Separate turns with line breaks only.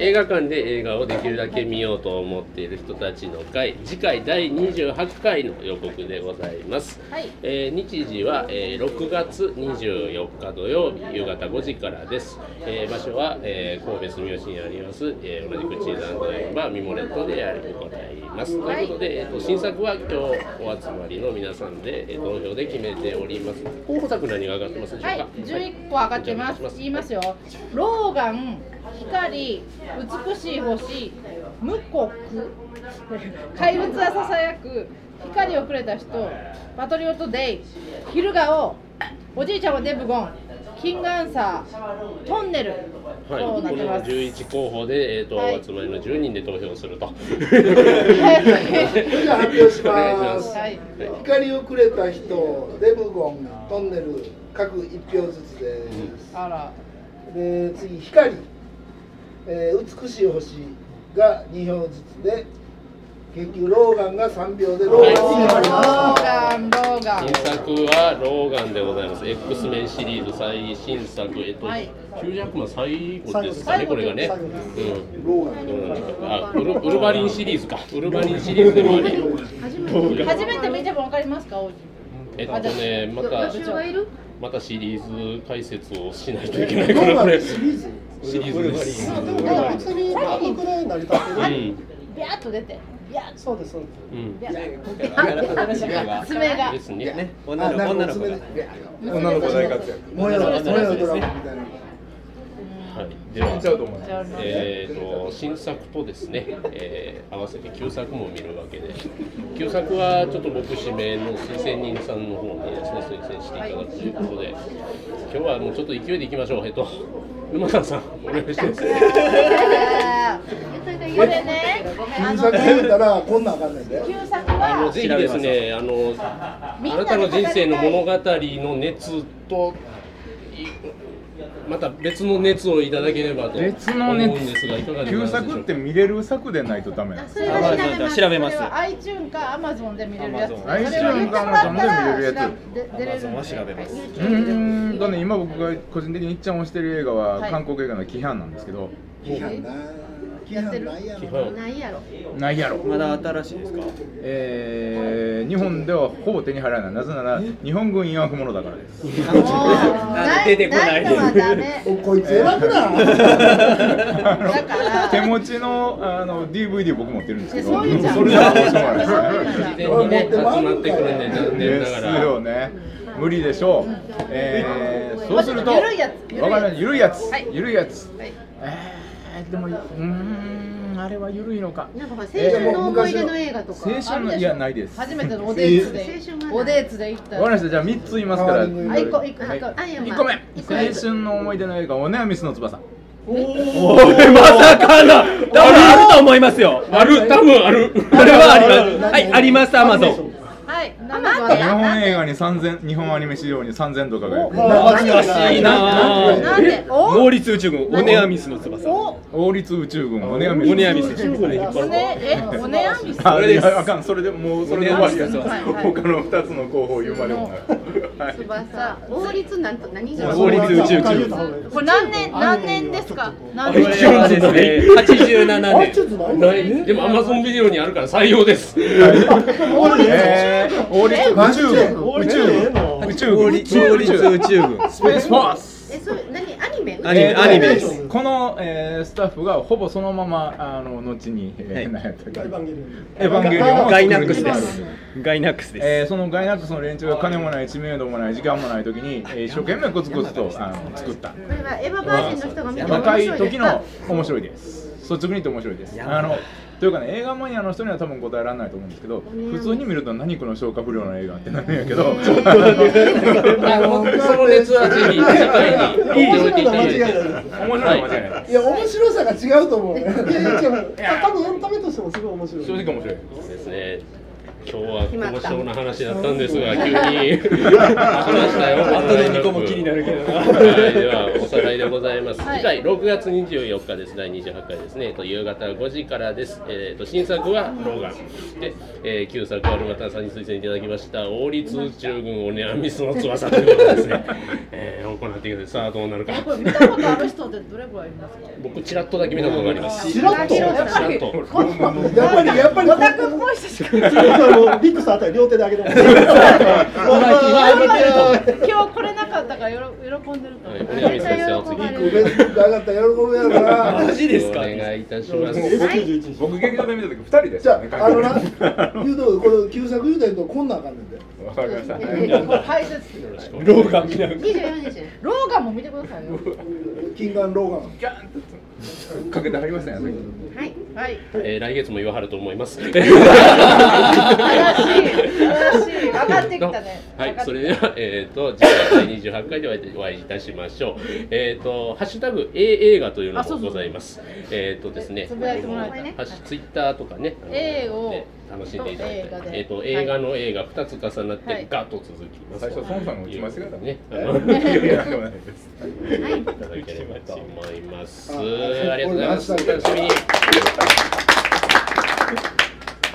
映画館で映画をできるだけ見ようと思っている人たちの会次回第28回の予告でございます、
はい
えー日時は、えー6月24日土曜日夕方5時からです、えー場所は、えー神戸住吉にあります、えー同じくチーズバーミモレットでありございます、
はい
ということで、えーと新作は今日お集まりの皆さんで、えー投票で決めております候補作何が上がってますでしょう
は
か、
い、11個上がってます。言いますよ。ローガン、光、美しい星、無国、 怪物はささやく、光をくれた人、パトリオットデイ、昼顔、おじいちゃんはデブゴン、キングアンサー、トンネル、
はい、
と
こ
なってま
の
す。
11候補で、えーと
はい
お集まりの10人で投票すると。
はい
じゃあ発表し
お願いし
ま
ますす。
はい
光をくれた人デブゴントンネル各1票ずつで す
あら、
で次光、えー美しい星が2票ずつで結局ローガンが3票でローガン
お
ロ
ー
に決
ー
まり
ガン、ローガン
新。作はローガンでございます。X メンシリーズ最新作、えっと、
はい
900万最後ですかね、
最後
これがね。
最
後です
うん
ローガン
うんあウルウルヴァリンシリーズか、ウルヴァリンシリーズでもあり、
初めて見てもわかりますか、王子。
えっとね、ま
予
た
習がいる
またシリーズ解説をしないといけない
ますロ
から、こ
ーガン
れ、
の
シ
シリーズ
リーズです。
でもなんか普通にあのくらい成り立って
う
る。
ん、
ビャーっと出て、ビャーっ
そうですそうです。
うん、
と爪が
で。すね。ね
女の女の子が
女の子大活躍。
燃えろ
そうです
燃えろドラゴンみたいな
はい、では
見ちゃうと思います。
えー、と新作とですね、えー合わせて旧作も見るわけで旧作はちょっと僕指名の推薦人さんの方にですね推薦していただくということで今日はもうちょっと勢いでいきましょうえっと沼田さんお願いします
こ
これね、あ
新
の
作言う
ね、
たらこんなんあかんないで
旧作
あの
は
ぜひですねあのあ
みんな
な
で
たの人生の物語の熱といまた別の熱をいただければと思うんで
別の熱
すがいかがでご
旧
ざいます
作っ
で
て見れる作でないとダメなんです
それは
調べま
そ
す
れは iTune か Amazon で見れるやつ。
Amazon
それを言ってもらったら
iTune か Amazon で見れるや
で出れるんで
Amazon は調べます
はいう
ーんとね今僕が個人的にいっちゃんをしてる映画
は
はい韓国映画の「規範なんですけど
批判な批判ないや
す
ろ
ないやろ。
ないやろ
まだ新しいですか。
えー、日本ではほぼ手に入らないなぜなら日本軍曰くものだからです
もうない
出てこない
のはダメ。
おこいつ選ぶな
だから
手持ちのあの DVD 僕持ってるんですけど
そういうじゃん
それじゃどうしようも
そうい
ない
うじゃん
事前にね集まってくるんで残念
で
なが
す
ら。
よね。無理でしょう。えー、そうすると、
ゆるいやつ
わかるゆるいやつ
はい、
ゆるいやつ。
はい
えー、でも、うーん、あれはゆるいのか。
なんかほら青春の思い出の映画とか。
青春の、いや、ないです。
初めてのおでーつで
青春は、ない
おでーつで行った
わかり。ました。じゃあ、三つ言いますから。
あ、
あ
一個、一個、
はい
一個。
あいやまあ
一個目、
一個目
青春の思い出の映画、おねやみすの翼。
まさかの多分あると思いますよ
ある、多分ある。
これはありますはいあります アマゾン
はい、
あ
生
ま
日
だ。
本映画に三千、日本アニメ市場に三千とかがいる。
懐かしいなぁ
なんで、お
能率宇宙軍オネアミスの翼オ
王立宇宙軍、おねやみ。
ネアミス
おね、え、おねやみ
あ
それです
いやあかん、それでもうそれで終わりやつ。
はい
はい
他の二つの候補言うまでもない。はい
翼。王立なんと何が。
王立宇宙軍
これ何年、何年ですか何
これ
年
はですね87
あちょっ
年
とない
ない。でも、アマゾンビデオにあるから採用です。
えー王立宇宙軍宇宙軍宇宙軍宇 宙軍
能率宇宙軍
スペースフォース
え、それ、何、アニメ。
アニメアニメです
この、えー、スタッフがほぼそのままあの後に、えー、何やったっけエヴァンゲリオンを
ガイナックスで
作る
すガイナックスです
えーそのガイナックスの連中が金もない知名度もない時間もない時に、えー、一生懸命コツコツとあの作った
これはエヴァバージンの人が見ても面
若い
白いです
時の面白いです率直に言って面白いですあのというかね映画マニアの人には多分答えられないと思うんですけど普通に見ると何この消化不良の映画ってなるんやけど
あのその熱はぜひ、次回に持っておいていただいて。
面白いのは間違いない
面白いのは間違いない
いや面白さが違うと思うね
いやいや違う。多分エンタメとしてもすごい面白い。
正直面白い
ですね。今日は高尚な話だったんですが、急に話したよ。
後で二個も気になるけど
は
な
い、ではおさらいでございます。
はい
次回6月24日です。第28回ですね。えっと夕方5時からです。えっと新作はローガンで、えー旧作はルマタンさんに推薦いただきました王立中軍オニアミスの翼ということですね。えー、行ってください。さあどうなるか
え。これ見たことある人ってどれぐらいいますか
僕ちらっとだけ見たことがあります。
チラッと
ちらっと。
やっぱりやっぱり
オタクっぽい人し
あの
か
ビッグさんあたり両手で上げてます。
今日これなかったからよろ喜んでるか
は
ら
い、オニアミスですよ。次。
絶対喜ばれ
お弁当上がったら喜ぶやろな
マジですか
お願いいたします。
僕劇場で見た時2人でし
じ
た
ゃ
ね
ああのな
完
言うとこれ旧作言うたんとこんなんあかんねんで
全にわかりました
ええこれ解説
ローガン見ながら
二十四日ね。
ローガンも見てくださいよ
金眼老眼
ギャンとかけてはりましたねさっき
はい。
はい
えー、来月も言わはると思います。
正しい正しい上がってきたね
はい、それ
で
では、えっ、と、次回第28回でお会いいたしましょう。えっ、と、ハッシュタグ A 映画というの
あそ
も
うそう
ございます。えっ、とですね、
つぶやいてもらえた
ハッシュツイッターとかね、あの
A を
ね楽しんでいただいて
映画、で
えっ、と、映画の映画2つ重なっ
は
て
い
ガッと続きます。
最初孫さんが打ち間違えたもん
ね
ね。
あの
いやいやでもないです
いただければと思います。
あ
あ りがとうございます。
あ
お楽しみに。